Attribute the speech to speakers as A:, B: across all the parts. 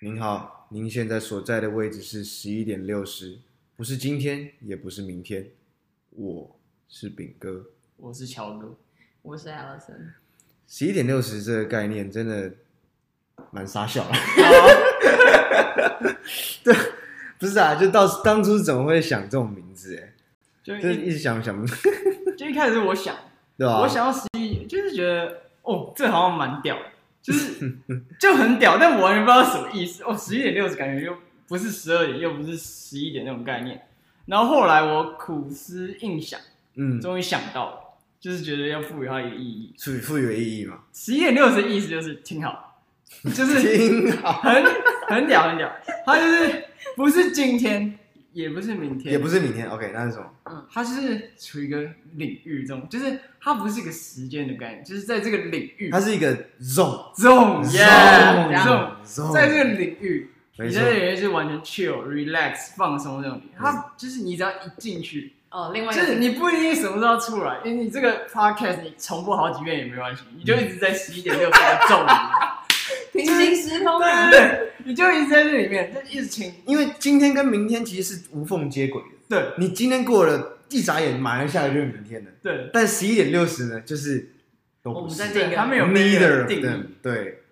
A: 您好，您现在所在的位置是十一点六十，不是今天，也不是明天，我是饼哥。
B: 我是乔哥，
C: 我是 Alison，
A: 十一点六十这个概念真的蛮傻笑的。 对，不是啊，就到当初怎么会想这种名字？哎，
B: 就
A: 就是啊
B: 一
A: 一直想想不，
B: 就一开始我想，
A: 对吧、
B: 我想要十一，就是觉得哦，这好像蛮屌的，就是 就很屌，但我完全不知道什么意思。哦，十一点六十感觉又不是十二点，又不是十一点那种概念。然后后来我苦思硬想，
A: 嗯，
B: 终于想到了，就是觉得要赋予它一个意义。
A: 赋予赋予了意义嘛，
B: 十一点六十的意思就是挺好，就是
A: 挺好，
B: 很很屌很屌，它就是不是今天，也不是明天，
A: 也不是明天。OK，那是什么？
C: 嗯
B: 它就是处于一个领域中，就是它不是一个时间的概念，就是在这个领域
A: 它是一个 zone，
B: ，zone
A: zone，
B: yeah zone，
A: zone，
B: 在这个领域，
A: 没
B: 你
A: 错
B: 在这个领域是完全 chill、relax、放松那种领域。它就是你只要一进去，
C: 哦，另
B: 就
C: 外一
B: 是
C: 个
B: 你不一定什么时候出来，因为你这个 podcast 你重复好几遍也没关系，你就一直在十一点六分的 zone 里面，
C: 平行时空啊
B: 对，对对，你就一直在这里面，就一直听，
A: 因为今天跟明天其实是无缝接轨的。
B: 对
A: 你今天过了，一眨眼马上下来就是明天了。
B: 对，
A: 但十一点六十呢，就是都
C: 我
A: 不
C: 们
A: 是
C: 在
B: 对，它没有那
A: neither
B: 个
A: of
B: 定
A: them
B: 义，
A: 对，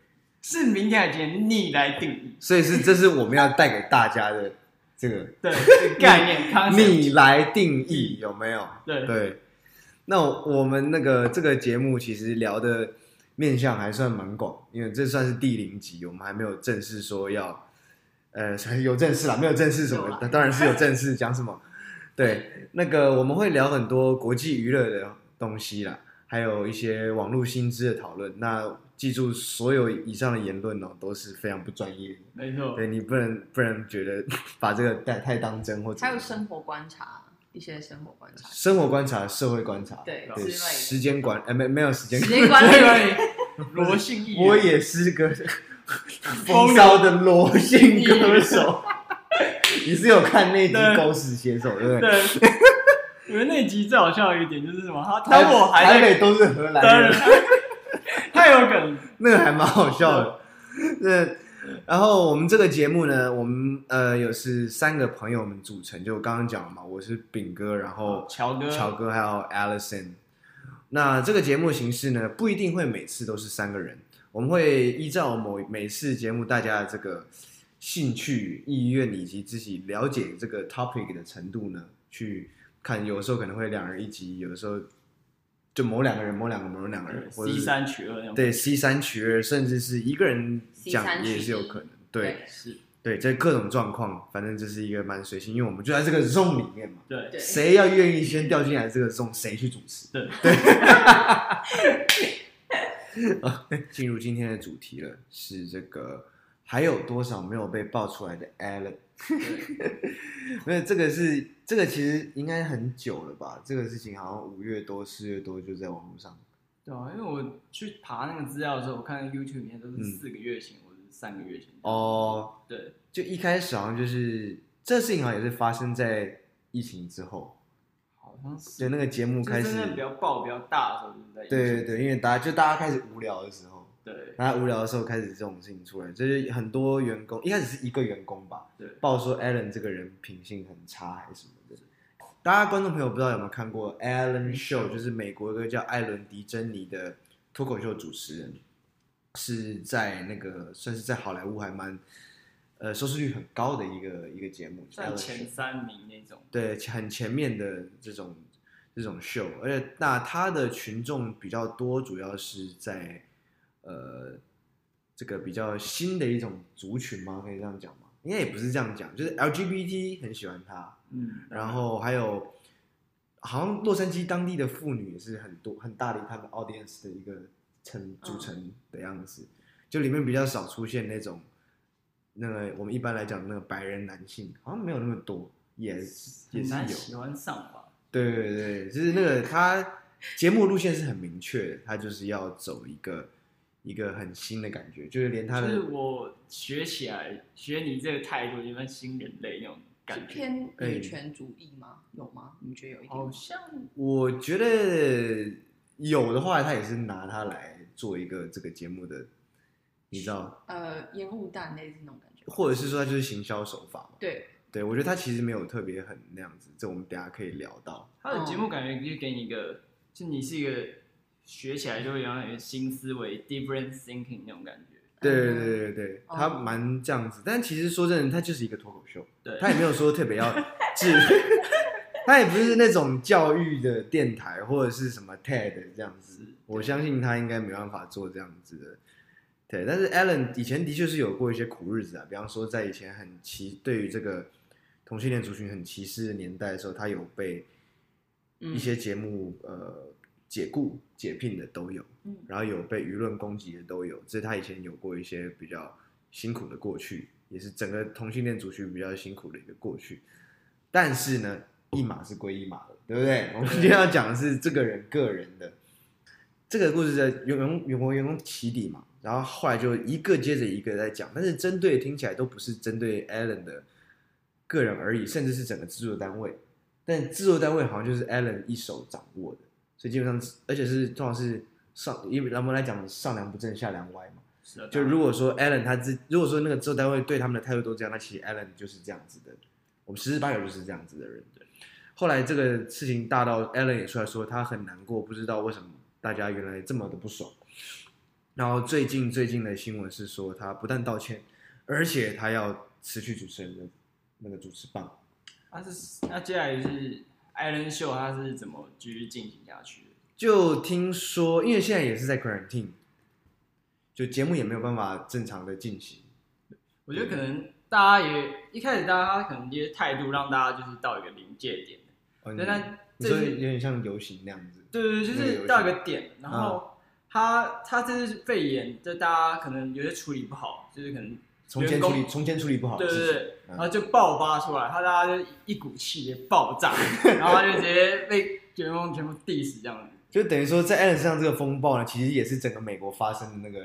B: 是明天还是今天你来定义。
A: 所以是这是我们要带给大家的这个
B: 对， 这个概 念 concept，
A: 你来定义
C: 嗯
A: 有没有？
B: 对
A: 对，那我们那个这个节目其实聊的面向还算蛮广，因为这算是第零集，我们还没有正式说要，呃， 有正式啦，没有正式什
C: 有
A: 么
C: 啦，
A: 当当然是有正式讲什么。对，那个我们会聊很多国际娱乐的东西啦，还有一些网络新知的讨论。那记住，所有以上的言论哦都是非常不专业的，
B: 没错，
A: 对你不能不能觉得 把这个太太当真或者
C: 还有生活观察，一些生活观察，
A: 生活观察、社会观察，
C: 对
A: 对，
C: 之类
A: 时间管，哎，没没有时间
C: 的，时
A: 管，
C: 间
B: 所
C: 管理，
B: 以罗信义，
A: 我也是 个风骚的罗姓歌手。 你是有看那集
B: 对
A: 《狗屎写手》对不对？
B: 对。你们那集最好笑的一点就是什么？他
A: 台
B: 当我还
A: 台
B: 在
A: 北都是荷兰
B: 当然
A: 人，，
B: 太有梗了。
A: 那个还蛮好笑的。那然后我们这个节目呢，我们呃有是三个朋友们组成，就我刚刚讲了嘛，我是饼哥，然后
B: 乔
C: 嗯
B: 哥，
A: 乔哥还有 Allison。那这个节目形式呢，不一定会每次都是三个人，我们会依照某每次节目大家的这个兴趣、意愿以及自己了解这个 topic 的程度呢，去看。有的时候可能会两人一集，有的时候就某两个人、某两个人、某两个人，
C: 嗯
A: 或者
B: ，C
A: 是
B: 三取二那种。，
A: 对 C 三取二，甚至是一个人
C: C
A: 讲
C: 三
A: 也
C: 取
A: 是有
C: 一
A: 可能。对
B: 是，
A: 对，这各种状况，反正这是一个蛮随性，因为我们就在这个 zone 里面嘛。
B: 对，
C: 对，
A: 谁要愿意先掉进来这个中，谁去主持。
B: 对
A: 对，进入今天的主题了，是这个还有多少没有被爆出来的 Allen？没 有，这个是这个其实应该很久了吧？这个事情好像五月多、四月多就在网络上。
B: 对啊，因为我去爬那个资料的时候，我看 YouTube 里面都是四个月前或者是三个月前。
A: 哦，
B: 对，
A: 就一开始好像就是这事情好像也是发生在疫情之后，
B: 好像是。
A: 对那个节目
B: 就
A: 开始
B: 真，的比较爆、比较大的时候，就是在
A: 对对对，因为大家就大家开始无聊的时候，
B: 对
A: 大家无聊的时候开始这种事情出来，就是很多员工一开始是一个员工吧，
B: 对
A: 报说 Alan 这个人品性很差还是什么的。大家观众朋友不知道有没有看过 Alan Show，就是美国一个叫艾伦·迪珍妮的脱口秀主持人，是在那个算是在好莱坞还蛮呃收视率很高的一个一个节目，
B: 算
A: Ellen
B: 前
A: Show
B: 三名那种。
A: 对很前面的这种这种秀，而且那他的群众比较多，主要是在呃这个比较新的一种族群吗？可以这样讲吗？应该也不是这样讲，就是 LGBT 很喜欢他，
B: 嗯，
A: 然后还有好像洛杉矶当地的妇女也是很多很大的他们 audience 的一个成组
B: 嗯
A: 成的样子，就里面比较少出现那种那个我们一般来讲那个白人男性，好像没有那么多，也是也
B: 很
A: 是
B: 难
A: 有，
B: 喜欢上吧？
A: 对对对，就是那个他节目路线是很明确的，他就是要走一个一个很新的感觉，就是连他
B: 就
A: 的
B: 是我学起来，学你这个态度，有点新人类那种
C: 是
B: 感觉。
C: 偏女权主义吗？有吗？你觉得有一点
B: 好
C: 吗？
B: 像
A: 我觉得有的话，他也是拿它来做一个这个节目的，你知道，
C: 呃，烟雾弹类似那种感觉，
A: 或者是说它就是行销手法嘛。
C: 对，
A: 对，我觉得它其实没有特别很那样子，这我们等一下可以聊到。
B: 他的节目感觉就给你一个，就你是一个学起来就会有那种新思维 （different thinking） 那种感觉。
A: 对对
C: 嗯
A: 对对对，
C: 哦
A: 他蛮这样子，但其实说真的，他就是一个脱口秀，
B: 对，
A: 他也没有说特别 要治，他也不是那种教育的电台或者是什么 TED 这样子
B: 是，
A: 我相信他应该没办法做这样子的。对，但是 Alan 以前的确是有过一些苦日子啊，比方说在以前很歧对于这个同性恋族群很歧视的年代的时候，他有被
C: 嗯
A: 一些节目呃解雇、解聘的都有。
C: 嗯
A: 然后有被舆论攻击的都有，这是他以前有过一些比较辛苦的过去，也是整个同性恋族群比较辛苦的一个过去。但是呢，一码是归一码的，对不对？我们今天要讲的是这个人个人的这个故事的员工、员工、员工起底嘛，然后后来就一个接着一个在讲，但是针对听起来都不是针对 Allen 的个人而已，甚至是整个制作单位，但制作单位好像就是 Allen 一手掌握的。所以基本上，而且是通常是上，因为咱们来讲上梁不正下梁歪嘛。
B: 是的啊
A: 就如果说 Allen 他自，如果说那个制作单位对他们的态度都这样，那其实 Allen 就是这样子的，我们十之八九就是这样子的人。对。后来这个事情大到 Allen 也出来说他很难过，不知道为什么大家原来这么的不爽。然后最近最近的新闻是说他不但道歉，而且他要辞去主持人的那个主持棒。
B: 他是那接下来是艾伦秀，他是怎么继续进行下去的？
A: 就听说，因为现在也是在 quarantine，就节目也没有办法正常的进行。
B: 我觉得可
A: 嗯
B: 能大家也一开始大家可能一些态度让大家就是到一个临界点，
A: 哦，你
B: 但他
A: 你
B: 这
A: 说
B: 是
A: 有点像游行那样子，
B: 对对，对就
A: 那个游
B: 是
A: 戏
B: 到一个点，
A: 嗯
B: 然后他他这次肺炎，就大家可能有些处理不好，就是可能
A: 从前处理从前处理不好的
B: 对
A: 事
B: 对
A: 情，
B: 对，
A: 嗯
B: 然后就爆发出来，他大家就一股气直接 爆炸，然后他就直接被员工全部 diss 这样子。
A: 就等于说在 Allen 身上这个风暴呢，其实也是整个美国发生的那个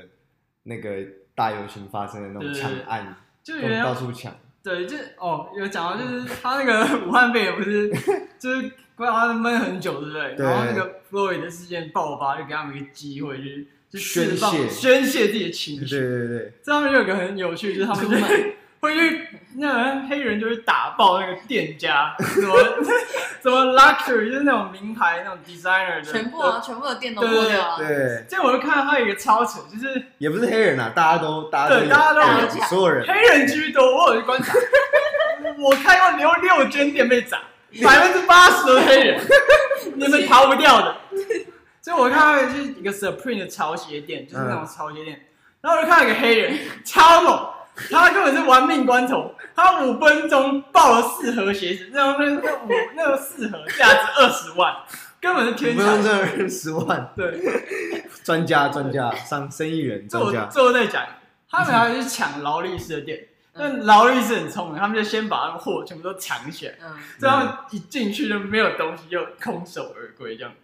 A: 那个大游行发生的那种
B: 对对
A: 抢
B: 对
A: 案，
B: 就
A: 各
B: 有
A: 种
B: 人
A: 哦到处抢，
B: 对，就是哦，有讲到就是他那个 武汉肺炎不 是，就是关他闷很久，对不对？
A: 对
B: 然后那个 Floyd 的事件爆发，就给他们一个机会，就是就释放
A: 宣泄
B: 宣泄自己的
A: 对
B: 情绪。
A: 对对
B: 这上面就有个很有趣，就是他们就 会去那个黑人就会打爆那个店家，什么 什么 luxury 就是那种名牌那种 designer 的，
C: 全部啊，全部的店都
B: 对对
C: 过掉啊，
A: 对对，
B: 这我就看到他有一个超扯，就是
A: 也不是黑人啊，大家都大家都
B: 对大家都
C: 有
A: 对
C: 抢
A: 所有人
B: 黑人居多，我有去观察，我看过有六间店被砸，百分之八十都是黑人，你们逃不掉的。所以我看到就是一个 Supreme 的潮鞋店，就是那种潮鞋店，然后我就看到一个黑人超猛，他根本是玩命关头，他五分钟爆了四盒鞋子，那那那五那个四盒价值二十万，根本是天
A: 不用
B: 才。
A: 这二十万，
B: 对，
A: 专家专家上生意人
B: 这
A: 专
B: 我
A: 家，
B: 最后再讲，他们还去抢劳力士的店，但劳力士很聪明，他们就先把那个货全部都藏起来，
C: 嗯，
B: 所以他们一进去就没有东西，就空手而归这样。
C: 嗯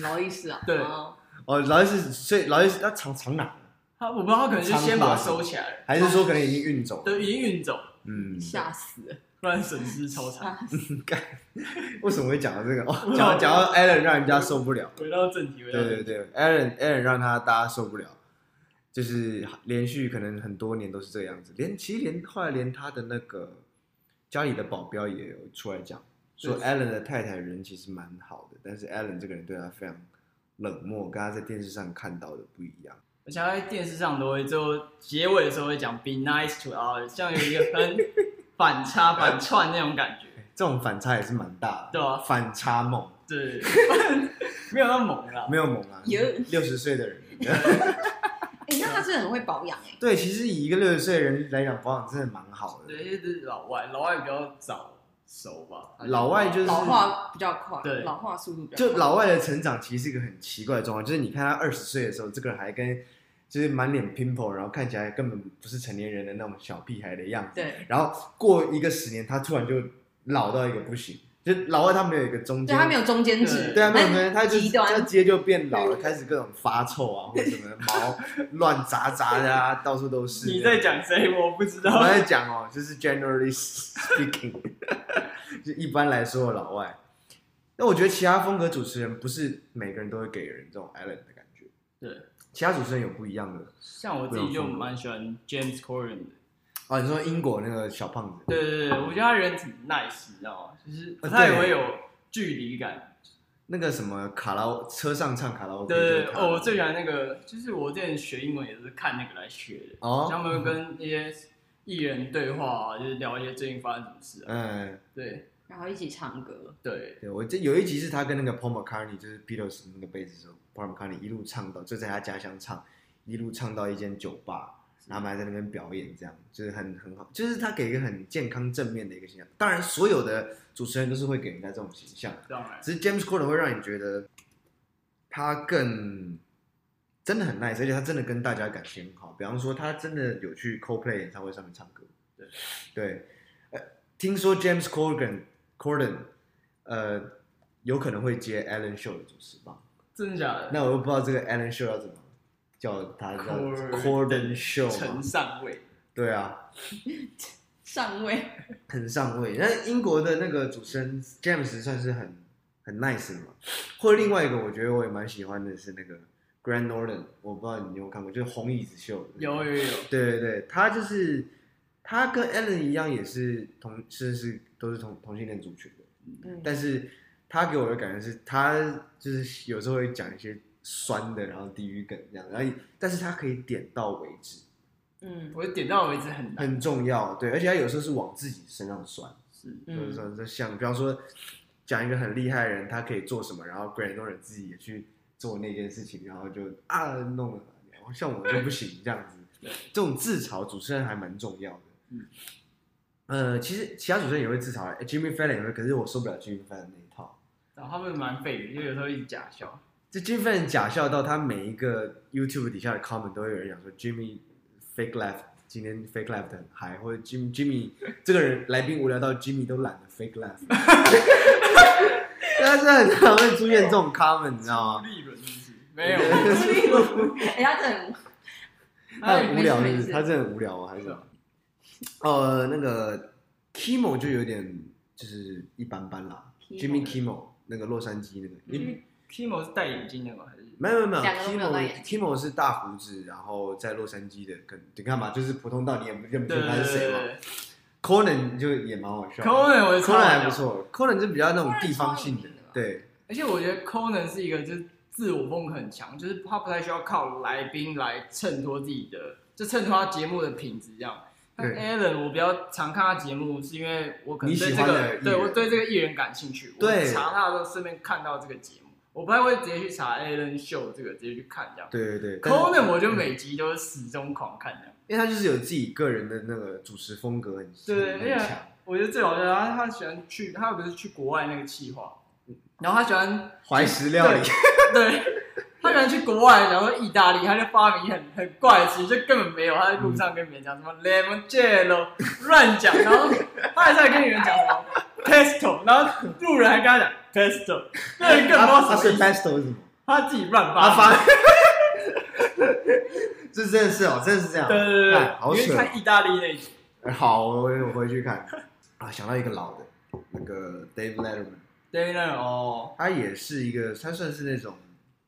C: 劳力士啊，
B: 对
C: 哦
A: 哦，劳力士，所以劳力士他藏藏哪？
B: 他我不知道，他可能就先把它收起来了，
A: 还是说可能已经运走了？
B: 都已经运走，
A: 嗯，
B: 啊
C: 吓死了，
B: 不然损失超惨。
C: 吓死，
A: 为什么会讲到这 个？哦，
B: 不知道
A: 讲讲到 Allen 让人家受不了。
B: 回到正题，回
A: 对
B: 到
A: 对
B: 正题，
A: 对，Allen Allen 让他大家受不了，就是连续可能很多年都是这个样子。连其实连后来连他的那个家里的保镖也有出来讲，说
B: 对
A: Allen 的太太人其实蛮好的，但是 Allen 这个人对他非常冷漠，跟他在电视上看到的不一样。
B: 而且他在电视上都会最后结尾的时候会讲 “be nice to others”，像有一个很反差 反串那种感觉，
A: 这种反差也是蛮大的，
B: 对啊
A: 反差猛，
B: 对， 没有那么猛啦。
A: 没有猛啊
C: 有，
A: 六十岁的人。
C: 哎，那他真的很会保养哎，
A: 对，其实以一个六十岁的人来讲，保养真的蛮好的。
B: 对，因为这是老外，老外比较早熟吧。
A: 老外就是
C: 老化比较快，
B: 对
C: 老化速度比较快，
A: 就老外的成长其实是一个很奇怪的状况，就是你看他二十岁的时候，这个人还跟就是满脸 pimple，然后看起来根本不是成年人的那种小屁孩的样子。
C: 对，
A: 然后过一个十年，他突然就老到一个不行，就老外他没有一个中
C: 对
A: 间。
C: 他没有中间值，
A: 对啊，没有
C: 那
A: 中间，他就
C: 极
A: 他
C: 端
A: 直接就变老了，
C: 对
A: 开始各种发臭啊，或者什么毛乱杂杂的啊，到处都是。
B: 你在讲谁？我不知
A: 我
B: 道。
A: 在讲哦，就是 generally speaking，就一般来说的老外。那我觉得其他风格主持人不是每个人都会给人这种 Allen 的感觉，
B: 对，
A: 其他主持人有不一样的。
B: 像我自己就蛮喜欢 James Corden 的，
A: 哦，你说英国那个小胖子，
B: 对对对，我觉得他人挺 nice，你知道吗？就是不
A: 呃
B: 太
A: 对
B: 会有距离感。
A: 那个什么卡拉 O- 车上唱卡拉 OK，
B: 对对
A: 就
B: 对，
A: 是卡拉
B: 哦，我最喜欢那个，就是我之前学英文也是看那个来学的，
A: 哦
B: 他们会跟一些艺人对话啊，就是聊一些最近发生什么事啊。
A: 嗯，
B: 对
C: 然后一起唱歌，
B: 对，
A: 对我这有一集是他跟那个 Paul McCartney，就是 Beatles 那个贝斯手 Paul McCartney 一路唱到，就在他家乡唱，一路唱到一间酒吧，然后他们还在那边表演，这样就是很很好，就是他给一个很健康正面的一个形象。当然，所有的主持人都是会给人家这种形象，
B: 当然
A: 只是 James Corden 会让你觉得他更真的很 nice，而且他真的跟大家感情很好。比方说，他真的有去 Coldplay 演唱会上面唱歌。
B: 对
A: 对，呃，听说 James Corden Corden 呃有可能会接 Alan Show 的主持棒，
B: 真的假的？
A: 那我又不知道这个 Alan Show 要怎么叫他叫
B: Corden
A: Corden Show
B: 陈
A: 嘛？
B: 上位，
A: 对啊，
C: 上位，
A: 很上位。那英国的那个主持人 James 算是很很 nice 的嘛。或者另外一个，我觉得我也蛮喜欢的是那个 Grand Norton，我不知道你有没有看过，就是红椅子秀的。
B: 有有有，
A: 对对对，他就是他跟 Ellen 一样，也是同是是都是同同性恋族群的，
C: 嗯，
A: 但是他给我的感觉是他就是有时候会讲一些酸的，然后地狱梗这样，然后但是他可以点到为止，
C: 嗯
B: 我点到为止很难。
A: 很重要。对，而且他有时候是往自己身上酸，
B: 是
A: 就是
C: 嗯，
A: 说就像比方说讲一个很厉害的人，他可以做什么，然后 Grant 人自己也去做那件事情，然后就啊弄了，像我就不行这样子
B: 对。
A: 这种自嘲，主持人还蛮重要的。
B: 嗯
A: 呃，其实其他主持人也会自嘲、诶 j i m m y Fallon 也会，可是我受不了 Jimmy Fallon 那一套。
B: 然后他们蛮废的，就有时候一直假笑。
A: 这 Jimmy Fallon 假笑到他每一个 YouTube 底下的 comment 都会有人讲说 Jimmy fake laugh，今天 fake laugh 的很嗨，或者 Jim Jimmy 这个人来宾无聊到 Jimmy 都懒得 fake laugh。但是很常会出现这种 comment，你知道吗？
B: 利润是不是？没 有，
C: 哎，他真的
A: 他
B: 哎
A: 很无聊，
C: 哎
A: 就
C: 没事没嗯
A: 是
C: 事
A: 他真的很无聊啊，还是
B: 是啊
A: 呃那个 Kimo 就有点就是一般般啦
C: Kimo
A: ，Jimmy Kimo 那个洛杉矶那个，
B: 因
A: 因
B: 为 Kimo 是戴眼镜的吗？还是
A: 没有没有没有
C: 两个都没有戴眼
A: ，Kimo Kimo 是大胡子，然后在洛杉矶的，跟你看嘛，就是普通到你也不认不
B: 对
A: 出
B: 对
A: 他是谁嘛。
B: 对
A: Conan 就也蛮好笑的
B: Conan 我觉得超好
A: ，Conan
B: 笑
A: 还不错，Conan 就比较那种地方性的
C: Conan 超有名的，
A: 对
B: 而且我觉得 Conan 是一个就是自我风格很强，就是他不太需要靠来宾来衬托自己的，就衬托他节目的品质这样。但
A: 对
B: Alan 我比较常看他节目，是因为我可能
A: 你
B: 对
A: 喜
B: 这
A: 欢的艺
B: 个
A: 人
B: 对我对这个艺人感兴趣，我
A: 对
B: 查他的时候顺便看到这个节目，我不太会直接去查 Alan Show 这个直接去看这样。
A: 对对对。但是
B: Conan 我就每集都是始终狂看这样。
A: 因为他就是有自己个人的那个主持风格很
B: 对
A: 很
B: 因为
A: 强，
B: 我觉得最好笑，他他喜欢去，他不是去国外那个企划，
A: 嗯
B: 然后他喜欢
A: 怀石料理，
B: 对，他可能去国外，然后意大利，他就发明很很怪的词，就根本没有。他在路上跟别人讲什么 lemon jello，乱讲，然后他还在跟别人讲什么 pesto，然后路人还跟他讲 pesto，那人更不知道
A: 他
B: 什么
A: 是
B: 意思，
A: pesto 是什么？
B: 他自己乱
A: 阿
B: 发明。
A: 发， 这真的是哦，真的是这样，
B: 对对对对
A: 哎，好
B: 你去
A: 扯。
B: 看意大利那一集，
A: 好，我我回去看啊，想到一个老的，那个 Dave Letterman，
B: 对那个哦，
A: 他也是一个，他算是那种，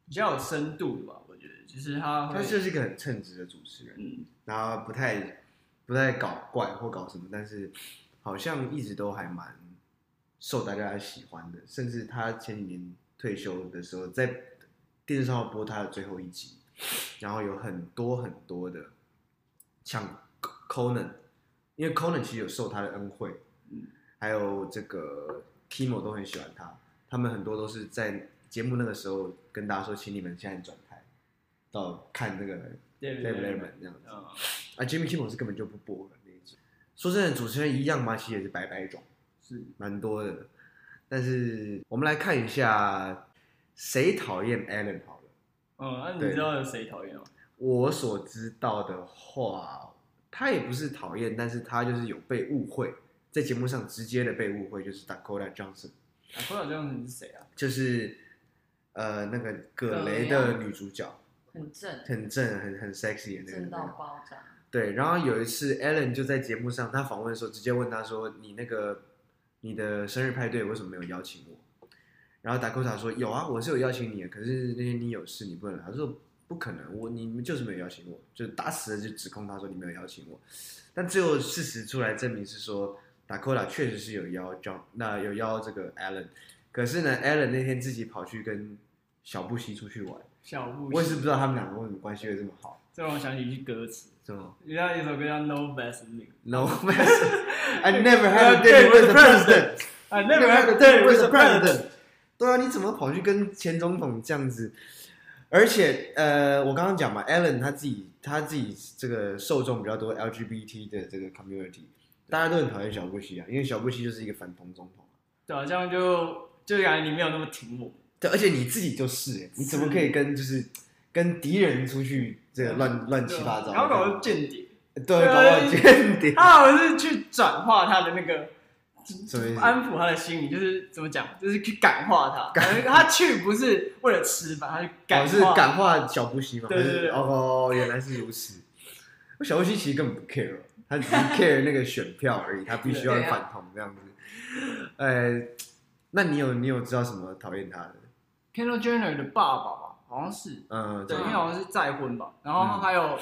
B: 比较有深度的吧，我觉得，就是他会
A: 他就是一个很称职的主持人，
B: 嗯，
A: 然后不太不太搞怪或搞什么，但是好像一直都还蛮受大家喜欢的，甚至他前几年退休的时候，在电视上播他的最后一集，然后有很多很多的像 Conan，因为 Conan 其实有受他的恩惠
B: 嗯，
A: 还有这个 Kimo 都很喜欢他，他们很多都是在节目那个时候跟大家说，请你们现在转台到看那个
B: David
A: David
B: Letterman
A: Letterman 这样子。
B: 嗯，
A: 啊，Jimmy Kimmel 是根本就不播了那一集。说真的，主持人一样嘛，其实也是百百种，
B: 是
A: 蛮多的。但是我们来看一下谁讨厌 Allen 好了。
B: 嗯，那
A: 对
B: 你知道有谁讨厌吗？
A: 我所知道的话，他也不是讨厌，但是他就是有被误会，在节目上直接的被误会，就是 Dakota Johnson，
B: 啊，不知道这样子是谁啊？
A: 就是呃那个葛雷
C: 葛
A: 的
C: 雷啊
A: 女主角，
C: 很正，
A: 很正、很很 sexy 的那个
C: 正
A: 那
C: 到
A: 个
C: 爆炸，
A: 对，然后有一次 Alan 就在节目上，他访问的时候直接问他说：“你那个你的生日派对为什么没有邀请我？”然后达科塔说：“有啊，我是有邀请你的，可是那天你有事，你不能来。”他说：“不可能，我你们就是没有邀请我，就打死了就指控他说你没有邀请我。但最后事实出来证明是说，Dakota 确实是有邀 John，那有邀这个 Allen，可是呢，Allen 那天自己跑去跟小布希出去玩，
B: 小布
A: 我也是不知道他们两个为什么关系会这么好，
B: 这让我想起一句歌词，
A: 是吗
B: 你知道有一首歌叫《No Vaseline
A: ？No, I never had a date with the president.》
B: 啊，那
A: Never
B: 个
A: had a
B: 对
A: date
B: 不
A: with
B: 是
A: the president。对啊，你怎么跑去跟前总统这样子？而且，呃，我刚刚讲嘛，Allen 他自己他自己这个受众比较多 LGBT 的这个 community，大家都很讨厌小布希啊，因为小布希就是一个反同总统啊。
B: 对啊，这样就就感觉你没有那么挺我，
A: 对，而且你自己就是欸，你怎么可以跟就是跟敌人出去这个乱乱七八糟？
B: 然后搞到间谍，
A: 对，搞到间谍，
B: 他好像是去转化他的那个
A: 什么意思？
B: 安抚他的心理，就是怎么讲，就是去感化他。感觉他去不是为了吃饭，他去感
A: 哦
B: 化。
A: 是感化小布希嘛？
B: 对对
A: 还是
B: 对
A: 哦，原来是如此。我小布希其实根本不 care，他只是 care 那个选票而已，他必须要
C: 对啊
A: 反同这样子。呃，那你有你有知道什么讨厌他的？
B: Kendall Jenner 的爸爸吧，好像是
A: 嗯，
B: 对，
A: 怎
B: 啊因
A: 么
B: 为
A: 样
B: 好像是再婚吧。然后还有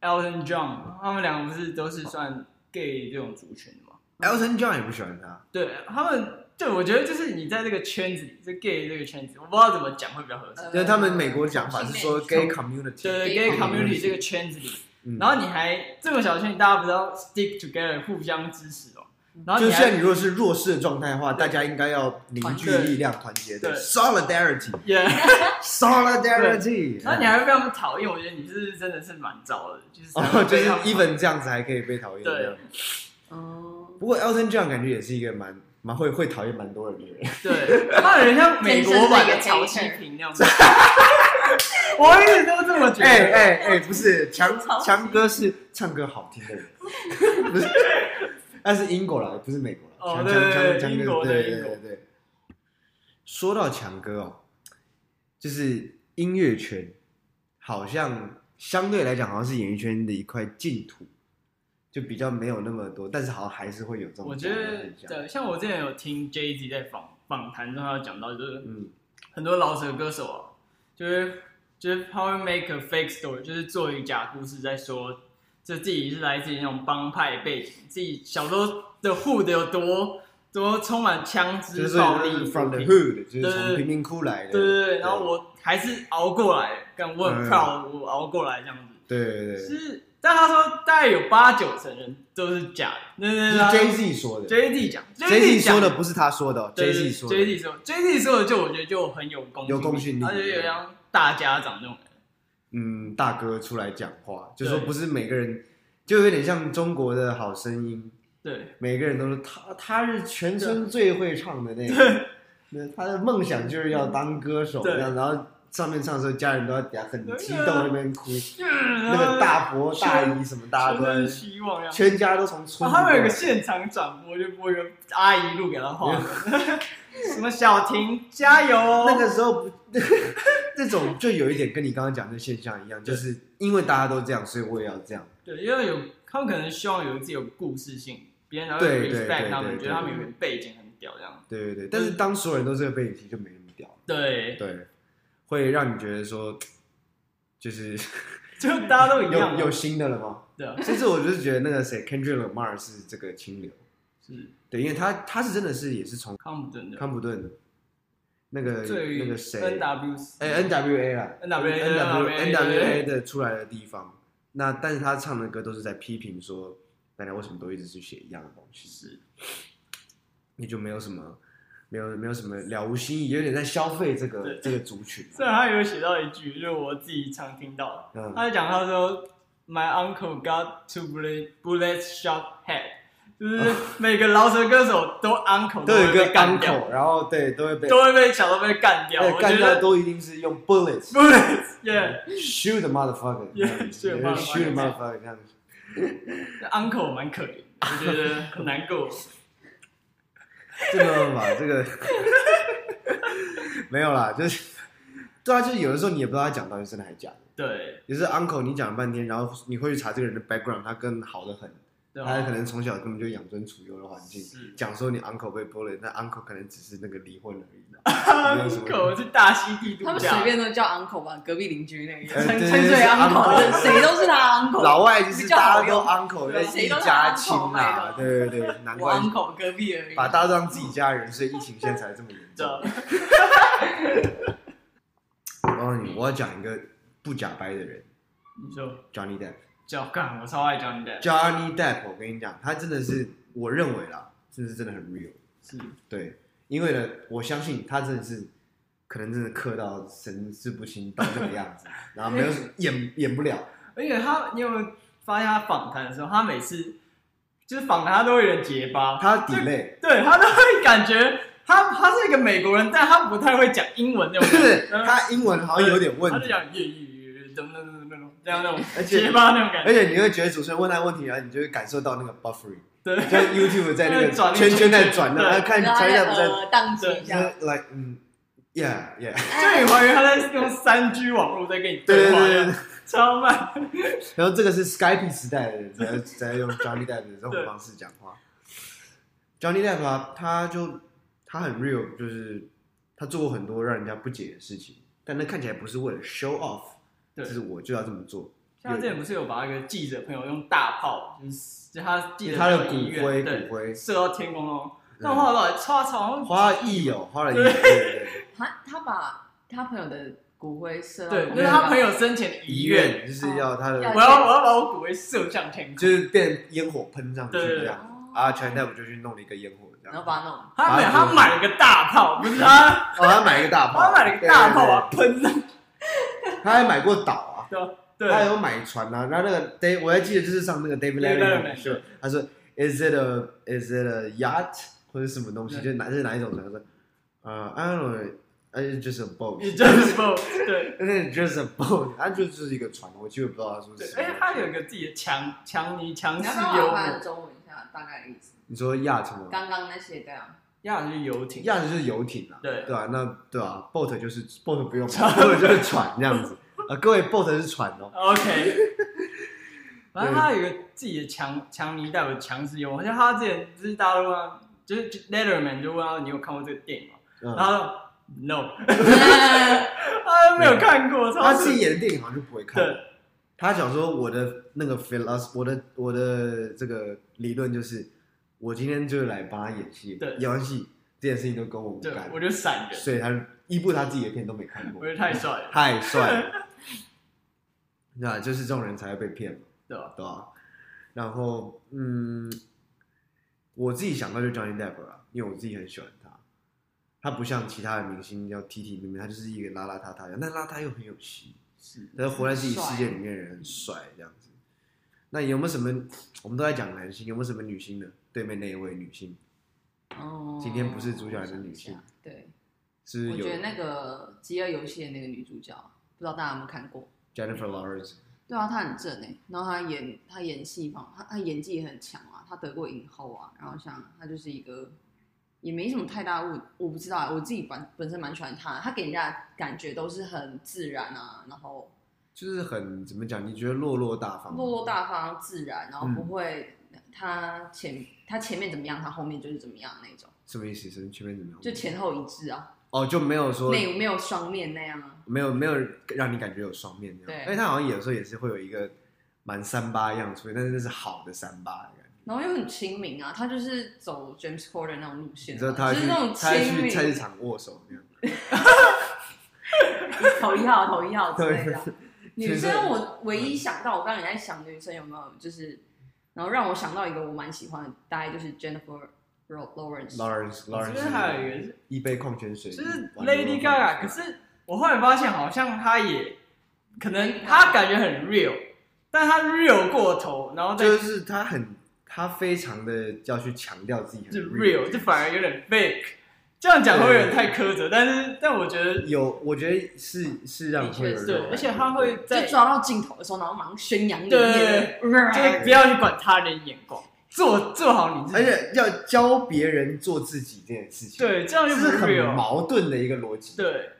B: Elton John，他们两个不是都是算 gay 这种族群的嘛？
A: Elton John 也不喜欢他，
B: 对他们，对我觉得就是你在这个圈子里，这 gay 这个圈子，我不知道怎么讲会比较合适。
A: 就是他们美国讲法是说
C: 同
A: gay
C: 性
A: community，
B: 对
C: gay
B: 呃 gay community 这个圈子里，
A: 嗯
B: 然后你还这么小圈，大家不知道 stick together 互相支持哦。然后
A: 就
B: 你还
A: 像你如果是弱势的状态的话，大家应该要凝聚
B: 团结
A: 力量、团结的
B: 对
A: solidarity，solidarity。
B: 也
A: solidarity
B: 然后你还会被他们讨厌，我觉得你是真的是蛮糟的，就是
A: 哦，就是
B: 被他们
A: even 这样子还可以被讨厌，
B: 对
A: 这样
C: 哦，
A: 不过 Elton John 感觉也是一个蛮蛮会会讨厌蛮多人的人，
B: 对， 他有点像美国 版的曹希平那样子。 我一直都这么觉
A: 哎
B: 得，
A: 哎哎，不是强
C: 超级
A: 强哥是唱歌好听的 人，不是，那是英国啦，不是美国
B: 哦
A: 啦。强
B: 对
A: 强
B: 对对
A: 强强
B: 英
A: 哥，
B: 国
A: 对
B: 对
A: 对
B: 英国
A: 对对。说到强哥哦，就是音乐圈好像相对来讲，好像是演艺圈的一块净土，就比较没有那么多，但是好像还是会有这种
B: 我
A: 这样
B: 觉
A: 的
B: 得
A: 现象。
B: 对，像我之前有听 J Z 在访访谈中，他有讲到，就是
A: 嗯，
B: 很多老舌歌手啊，就是就是他会 make a fake story，就是做一个假故事，在说这自己是来自于那种帮派背景，自己小时候的 hood 有多多充满枪
A: 就
B: 支
A: 是
B: 暴
A: 就是
B: 力
A: from the
B: 毒品
A: hood，就是
B: 对对
A: 从
B: 对
A: 贫民窟来的。
B: 对对对，然后我还是熬过来了，干我很
A: 嗯
B: proud，、我熬过来这样子。
A: 对对对，
B: 其实，但他说大概有八九成人都是假的，那
A: 是
B: 那
A: Jay Z 说的
B: J Z 讲
A: Jay Z
B: 啊讲
A: 说的不是他说的哦，Jay Z 说
B: J
A: 的。
B: Z 说 J Z 说的就我觉得就很有公
A: 有公信力
B: 他就有像大家长那种人。
A: 嗯，大哥出来讲话，就
B: 对
A: 说不是每个人，就有点像中国的好声音，
B: 对
A: 每个人都是他，他是全村最会唱的那个，那他的梦想就是要当歌手，
B: 对
A: 这样，然后上面唱的时候，家人都要底下很
B: 对啊啊
A: 激动那边哭，
B: 那
A: 那个 大伯大姨什么大家都
B: 是
A: 在，
B: 希望呀。
A: 全家都从村
B: 然
A: 里
B: 后啊他们有
A: 过
B: 个
A: 来
B: 现场转播，就播一个阿姨录给他画的， 什么小婷加油哦，
A: 那个时候不， 这种就有一点跟你刚刚讲的现象一样，就是因为大家都这样，所以我也要这样。
B: 对，因为有他们可能希望有自己有故事性，别人才会
A: 对对对
B: respect 他
A: 对
B: 们，
A: 对
B: 觉得他们有点背景很屌这样。
A: 对对对，但是当所有人都这个背景其实就没那么屌了。
B: 对，
A: 对，会让你觉得说，就是
B: 就大家都一样啊
A: 有
B: 嘛。
A: 有新的了吗？
B: 对啊，
A: 其实我就是觉得那个谁 Kendrick Lamar 是这个清流，
B: 是
A: 对，因为他他是真的是也是从
B: 康普顿的，
A: 康普顿那个
B: 对于
A: 那个谁
B: NW
A: 哎 N W A 啦
B: NWA
A: N W N W A
B: NWA
A: 的出来的地方，那但是他唱的歌都是在批评说大家为什么都一直去写一样的东西，
B: 是
A: 也就没有什么没有没有什么了无新意，有点在消费这个
B: 对
A: 这个族群啊，
B: 虽然他有写到一句，就是我自己常听到的，
A: 嗯，
B: 他就讲他说 My uncle got two bullet bullets shot head，就是 每个饶舌歌手都 uncle
A: 都有一
B: 会
A: 个
B: 被干
A: 港
B: 掉，
A: 口，然后对都会被
B: 都会被小都被干掉。
A: 对，
B: 我
A: 干
B: 觉
A: 掉
B: 得
A: 都一定是用 bullets
B: bullets，yeah。
A: shoot the motherfucker，
B: Yeah, shoot the
A: shoot the
B: motherfucker
A: motherfucker 这样子。
B: uncle 蛮可怜，我觉得很难过。
A: 这没办法，这个 没有啦，就是对啊，就是有的时候你也不知道他讲到底是真的还是假的。
B: 对
A: 也是 uncle 你讲了半天，然后你会去查这个人的 background，他跟好的很，
B: 对
A: 他
C: 啊
B: 吧？
A: 可能从小根本就养尊处优的环境，
B: 是
A: 讲说你 uncle 被剥了，但 uncle 可能只是那个离婚而已啦。 没有什么呃
B: 狗是大溪地度
C: 他们随
B: 假，
C: 便都叫 uncle 吧，隔壁邻居那个
A: 呃
C: 称
A: 对
C: 称
A: 对
C: 最
A: 是
C: uncle，
A: uncle
C: 谁都是他 uncle。
A: 老外就是
C: 比较
A: 大
C: 好
A: 家都
C: 用
A: uncle，
C: 对
A: 都自己
C: 谁都是
A: 家
C: uncle
A: 亲啦
C: 嘛，
A: 对对对，难
C: 我
A: 怪
C: uncle 隔壁而已。
A: 把大家当自己家人，所以疫情现在才这么严
B: 对
A: 重。
C: 啊
A: 我告诉你，我要讲一个不假掰的人
B: 你说
A: ，Johnny Depp。
B: 叫干，我超爱叫你的，
A: Johnny Depp，我跟你讲，他真的是我认为啦，真的是真的很 real。
B: 是
A: 对，因为呢，我相信他真的是可能真的磕到神志不清到这个样子，然后没有演演不了。
B: 而且他，你有没有发现他访谈的时候，他每次就是访谈他都会有点结巴，
A: 他 delay，
B: 对他都会感觉他他是一个美国人，但他不太会讲英文那种
A: 不
B: 感
A: 是
B: 觉，嗯
A: 他英文好像有点问
B: 他就
A: 题，
B: 讲粤语，怎么怎么怎么怎么这样那种
A: 而且
B: 结巴那种感
A: 而
B: 觉，
A: 且你会觉得主持人问他问题，然后你就会感受到那个 buffering，
B: 对
A: 就 YouTube 在那
B: 转
A: 个
B: 那个
A: 圈圈在
B: 圈
A: 转，
B: 对
A: 然后看
C: 然后
A: Johnny
C: 他
A: Depp
C: 就
A: 在
C: 呃宕机一
A: 就
C: 下，
A: 是 like 嗯，yeah yeah，
B: 就你怀疑他在用三 G 网络在跟你
A: 对对
B: 话一
A: 对
B: 样，
A: 对。
B: 超慢。
A: 然后这个是 Skype 时代的人才才用 Johnny Depp 的这种方式讲话。Johnny Depp 啊，他就他很 real，就是他做过很多让人家不解的事情，但那看起来不是为了 show off，
B: 对
A: 就是我就要这么做。
B: 像他之前不是有把那个记者朋友用大炮，就是就他记者
A: 他的
B: 朋友
A: 骨
B: 医院
A: 灰，
B: 对
A: 骨灰
B: 射到天空哦，那花了超长，
A: 花亿哦，花了亿，对对对
C: 他他把他朋友的骨灰射到
B: 对，
C: 同
B: 那
C: 一
B: 是
C: 个
B: 他朋友生前的
A: 遗
B: 遗愿。
A: 愿就是要他的
C: 哦，
B: 我要我要把我骨灰射向天空。
A: 就是变烟火喷上去
B: 对对
A: 这
B: 对
A: 样。
C: 哦
A: 啊，Johnny Depp 就去弄了一个烟火这
C: 然后
A: 样。
C: 把他弄。
B: 他买他买了个大炮，不 是他，
A: 哦，他买一个大炮，
B: 他买了个大炮啊，
A: 对，
B: 喷上。
A: 对对他还买过岛啊。他
B: 对，
A: 有买船啊，然后那个 Dave，我还记得就是上那个 David
B: David
A: Letterman
B: Letterman，
A: 的 show，他说 Is it a Is it a yacht 或者什么东西，
B: 对
A: 就是哪是哪一种船？他说呃、i don't know。呃，just a boat，
B: 也就是不对。
A: 那 just a boat，它就就是一个船，我就不知道他说是
B: 对，
A: 什
B: 而且他有一
A: 么。
B: 个自己的强强尼强
C: 你
B: 势
C: 要不要
B: 幽
C: 把它
B: 默，
C: 中文一下大概的意思？
A: 你说 yacht 吗
C: 刚刚那些这 样，
B: 亚就是游艇，
A: ？yacht 就是游艇啊，
B: 对
A: 对啊，那对啊，boat 就是 boat 不用，boat 就是船这样子。啊，各位 boat 是船 哦，
B: OK，反正他有一个自己的强强尼戴维强势幽默，像他之前就是大家都问他，就是 Letterman 就问他你有看过这个电影吗？
A: 嗯，
B: 然后他说 No，他说没有看过，
A: 他
B: 超
A: 自己
B: 级
A: 演的电影好像就不会看。
B: 对
A: 他想说我的那个 philosophy，我的我的这个理论就是，我今天就是来帮他演戏
B: 对，
A: 演完戏这件事情都跟我无
B: 对
A: 干，，
B: 我就闪人，
A: 所以他一部他自己的片都没看过
B: 我，觉得太帅了，
A: 太帅 了，那就是这种人才会被骗嘛，
B: 对啊吧？
A: 对吧？然后嗯，我自己想到就是 Johnny Depp 啦，因为我自己很喜欢他，他不像其他的明星要体体面面，他就是一个邋邋遢遢的，但邋遢又很有戏。
B: 是
A: 他活在自己世界里面，人很帅这样子。那有没有什么？我们都在讲男性，有没有什么女性呢？对面那一位女性
C: 哦
A: 今天不是主角还是女性
C: 我想一下对，
A: 是
C: 我
A: 有
C: 觉得那个《饥饿游戏》的那个女主角，不知道大家有没有看过？
A: Jennifer Lawrence，
C: 对啊，她很正哎、然后她演她演戏嘛，她她演技也很强啊，她得过影后啊，然后像她就是一个也没什么太大问，我不知道啊，我自己本本身蛮喜欢她，她给人家的感觉都是很自然啊，然后
A: 就是很怎么讲？你觉得落落大方？
C: 落落大方、自然，然后
A: 嗯
C: 不会她前她前面怎么样，她后面就是怎么样那种，
A: 什么意思？什么前面怎么样？
C: 就前后一致啊，
A: 哦，就没有说
C: 没有没有双面那样啊，
A: 没有没有让你感觉有双面这
B: 啊
A: 样。
C: 对
A: 因为他好像有时候也是会有一个蛮三八样出现，但是那是好的三八的感觉。
C: 然后又很亲民啊，她就是走 James Corden 那种路
A: 你
C: 线
A: 知道
C: 啊，
A: 他
C: 就
A: 去
C: 是那种
A: 他
C: 亲
A: 去
C: 民，
A: 菜市场握手这样，
C: 头一号，头一号之类的。啊女
A: 其实
C: 生我唯一想到，我刚刚也在想女生有没有就是，然后让我想到一个我蛮喜欢的，大概就是 Jennifer Ro- Lawrence。
A: Lawrence
B: 我
A: Lawrence
B: 这边还有一个
A: 是
B: 是
A: 一杯矿泉水，
B: 就是
A: 玩得
B: Lady
A: 多好
B: Gaga，可是我后来发现好像她也可能她感觉很 real，但她 real 过头，然后再
A: 就是他很，他非常的要去强调自己很
B: 是 real，
A: 这
B: 就反而有点 fake。这样讲会有点太苛责，但是但我觉得
A: 有，我觉得是是让
C: 的
A: 会
C: 确
A: 有
C: 是
A: 人
B: 对，而且他会
C: 就
B: 在就
C: 抓到镜头的时候，然后马上宣扬你
B: 对
C: 的，
B: 是不要去管他人眼光，做做好你自
A: 而
B: 己。
A: 且要教别人做自己这件事情，，
B: 对，这样
A: 这
B: 就是不
A: 很
B: real。
A: 矛盾的一个逻辑。
B: 对，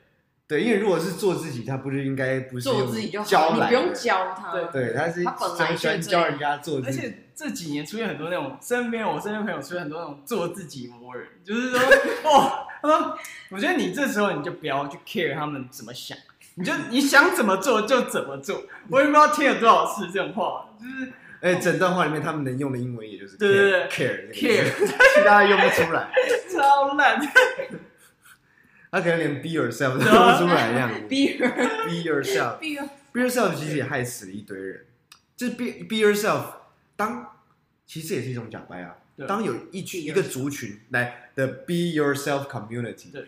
A: 对，因为如果是做自己，他不是应该不是
C: 做自己就好，
A: 教
C: 你
A: 来
C: 不用
A: 的
C: 教他。
B: 对
A: 对，他是
C: 他本来就
A: 喜欢
C: 这样
A: 教人家做
B: 而
A: 自己。
B: 且这几年出现很多那种，身边我身边朋友出现很多那种做自己魔人，就是说，哦，他说，我觉得你这时候你就不要去 care 他们怎么想，你就你想怎么做就怎么做。我也不知道听了多少次这种话，就是
A: 哎，整段话里面他们能用的英文也就是
B: 对对对
A: care care，
B: care
A: 其他用不出来，
B: 超烂。
A: 他可能连 be yourself 都
B: 对啊
A: 用不出来一样。
C: 逼人，
A: be yourself。
C: 逼人，
A: Be yourself 其实也害死了一堆人。就是 be be yourself，当其实也是一种假掰啊
B: 对。
A: 当有一群
C: Be
A: 一个族群来的 be yourself community，
B: 对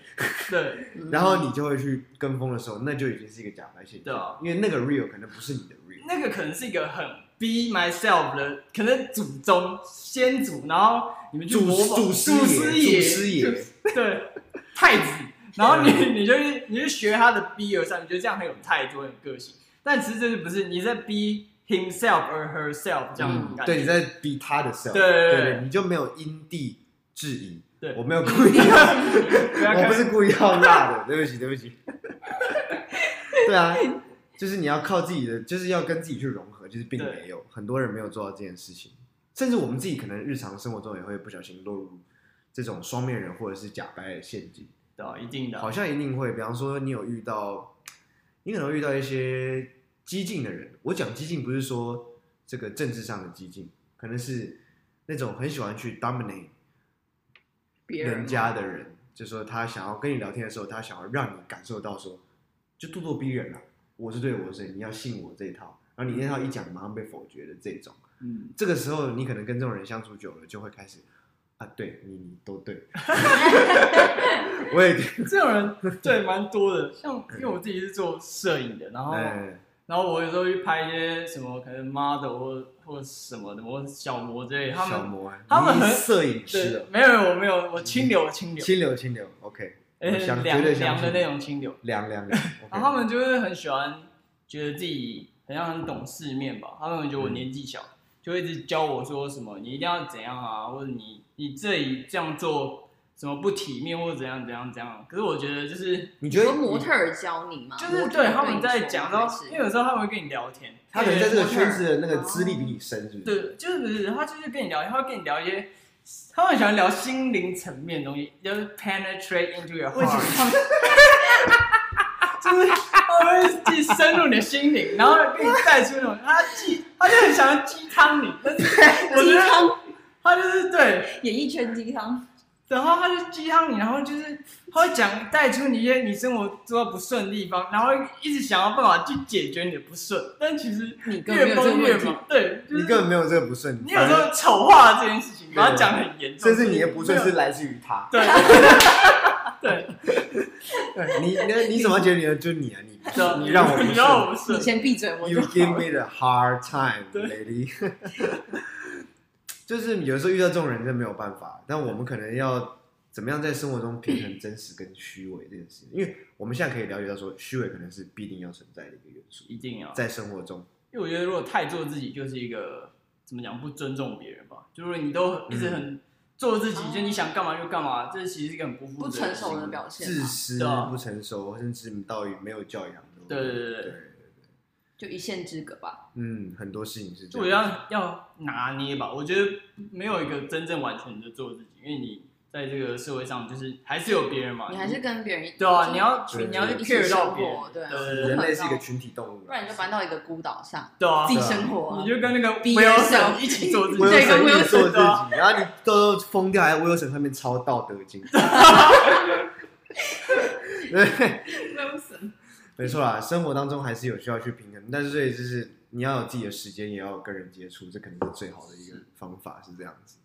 B: 对
A: 然后你就会去跟风的时候，那就已经是一个假掰现
B: 对
A: 象，
B: 啊
A: 因为那个 real 可能不是你的 real。
B: 那个可能是一个很 be myself 的，可能祖宗先祖，然后你们去
A: 祖
B: 模仿
A: 祖师
B: 祖
A: 爷，祖师
B: 就
A: 爷，
B: 对，太子。然后你
A: 啊
B: 你就去你就学他的 be yourself，你觉得这样很有态度、很有个性。但其实这是不是你在 be himself or herself 这样
A: 嗯
B: 的感觉？
A: 对，你在 be 他的 self，
B: 对对对
A: 你就没有因地制宜。
B: 对啊
A: 我没有故意要，
B: 不要
A: 我
B: 看
A: 不是故意要辣的，对不起，对不起。对啊，就是你要靠自己的，就是要跟自己去融合，就是并
B: 对
A: 没有很多人没有做到这件事情，甚至我们自己可能日常生活中也会不小心落入这种双面人或者是假掰的陷阱。
B: 对啊，一定的
A: 好像一定会。比方说，你有遇到，你可能会遇到一些激进的人。我讲激进不是说这个政治上的激进，可能是那种很喜欢去 dominate
C: 别人
A: 人家的人，就说他想要跟你聊天的时候，他想要让你感受到说，就咄咄逼人了、我是对，我是对，你要信我这一套。然后你那套一讲，马上被否决的这种。
B: 嗯，
A: 这个时候，你可能跟这种人相处久了，就会开始啊，对你你都 对， 我也
B: 这种人对蛮多的。像因为我自己是做摄影的，然
C: 哦
B: 后
A: 哎
B: 然后我有时候去拍一些什么可能 model 或或什么的，或小模之类的，他
A: 小
B: 们
A: 魔啊，
B: 他们
A: 你
B: 很
A: 是摄影师
B: 对
A: 哦，
B: 没有我没有我清流我清流，
A: 清流清流，OK，
B: 而
A: 我
B: 且
A: 相
B: 凉
A: 绝对相
B: 凉的
A: 信
B: 那种清流。
A: 凉凉凉
B: 然后他
A: ，OK，
B: 们就会很喜欢，觉得自己好像很懂世面吧。他们觉得我年纪小，就会一直教我说什么你一定要怎样啊，或者你你这里这样做什么不体面，或者怎样怎样怎样。可是我觉得就是
A: 你
C: 你
A: 觉得
C: 说模特儿教你吗？
B: 就是
C: 模特
B: 对
C: 儿
B: 他们
C: 你
B: 在
C: 说
B: 讲
C: 还
B: 到，
C: 是
B: 因为有时候他们会跟你聊天，
A: 他可能在这个
B: 对
A: 圈子的那个资历比你深，是不是？
B: 哦对，就是不是他就是跟你聊，他会跟你聊一些。他们很喜欢聊心灵层面的东西，就是 penetrate into your
A: 为什么
B: heart，就是他们会既深入你的心灵，然后给你带出那种他鸡，他就很想要鸡汤你，但是我
C: 鸡
B: 觉得
C: 汤
B: 他就是对，
C: 演艺圈鸡汤，
B: 然后他就鸡汤你，然后就是他会讲带出你一些你生活做到不顺的地方，然后一直想要办法去解决你的不顺，但其实
C: 你根本
B: 越
C: 没有这个
B: 崩越
C: 问题。
B: 忙，对，就
A: 你
B: 是
A: 根本没有这个不顺，
B: 你有时
A: 反而
B: 候丑化这件事情，把它
A: 对
B: 讲得很严
A: 甚
B: 重，
A: 至你的不顺 是来自于他，
B: 对对，
A: 对你你你怎么觉得你的就是你啊？你不
B: 对
A: 顺你让我
B: 你
A: 不
B: 让我
A: 顺
B: 不
C: 你
B: 顺，
C: 先闭嘴，我
A: ，You
C: 就
A: give me the hard time,
B: 对
A: lady 。就是有时候遇到这种人真的没有办法，但我们可能要怎么样在生活中平衡真实跟虚伪这件事？因为我们现在可以了解到说，虚伪可能是必定要存在的一个元素，
B: 一定要
A: 在生活中。
B: 因为我觉得如果太做自己，就是一个怎么讲不尊重别人吧。就是你都一直
A: 嗯
B: 很做自己，
C: 哦
B: 就你想干嘛就干嘛，这其实是一个很不负
C: 不
B: 责任的
C: 成
B: 行
C: 熟
B: 为
C: 的表现
A: 自
C: 嘛，
A: 私、
B: 对啊
A: 不成熟，甚至到于没有教养的。
B: 对对对对
C: 就一线之隔吧。
A: 嗯，很多事情是
B: 就我
A: 这样。
B: 要要拿捏吧。我觉得没有一个真正完全的做自己，因为你在这个社会上就是还是有别人嘛，
C: 你还是跟别人一
B: 对啊，你要
A: 对
B: 你要
C: 一
B: 去
C: 起
B: care 到
C: 生
B: 别人，
C: 活，对啊，
B: 对对对
A: 人类是一个群体动物啊
C: 不，然你就搬到一个孤岛上
B: 对啊
C: 自，己生活啊
B: 你。就跟那个
C: Be
B: Wilson
C: yourself
B: 一起做自己，
A: 我有
C: 对跟
A: 神
C: Wilson
A: 一直做自
B: 对啊
A: 己，然后你都疯掉，还我有神上面抄《道德经》。 对。没错啦，生活当中还是有需要去平衡，但是所以就是你要有自己的时间，也要跟人接触，这可能是最好的一个方法，是这样子。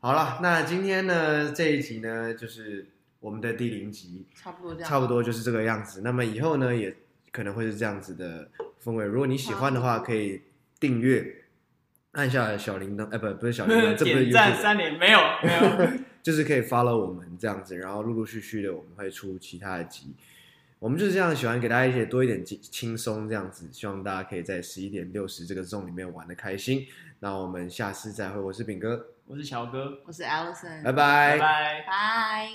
A: 好了，那今天呢这一集呢就是我们的第零集，
C: 差不多这样，
A: 差不多就是这个样子。那么以后呢也可能会是这样子的氛围，如果你喜欢的话，可以订阅，按下小铃铛，哎、不不是小铃 铛，这不是
B: 点赞
A: YouTube
B: 三连没有没有，
A: 就是可以 follow 我们这样子，然后陆陆续续的我们会出其他的集。我们就是这样喜欢给大家一些多一点轻轻松这样子，希望大家可以在十一点六十这个 zone 里面玩的开心。那我们下次再会，我是炳哥，
B: 我是小哥，
C: 我是 Alison，
A: 拜
B: 拜拜。
C: 拜。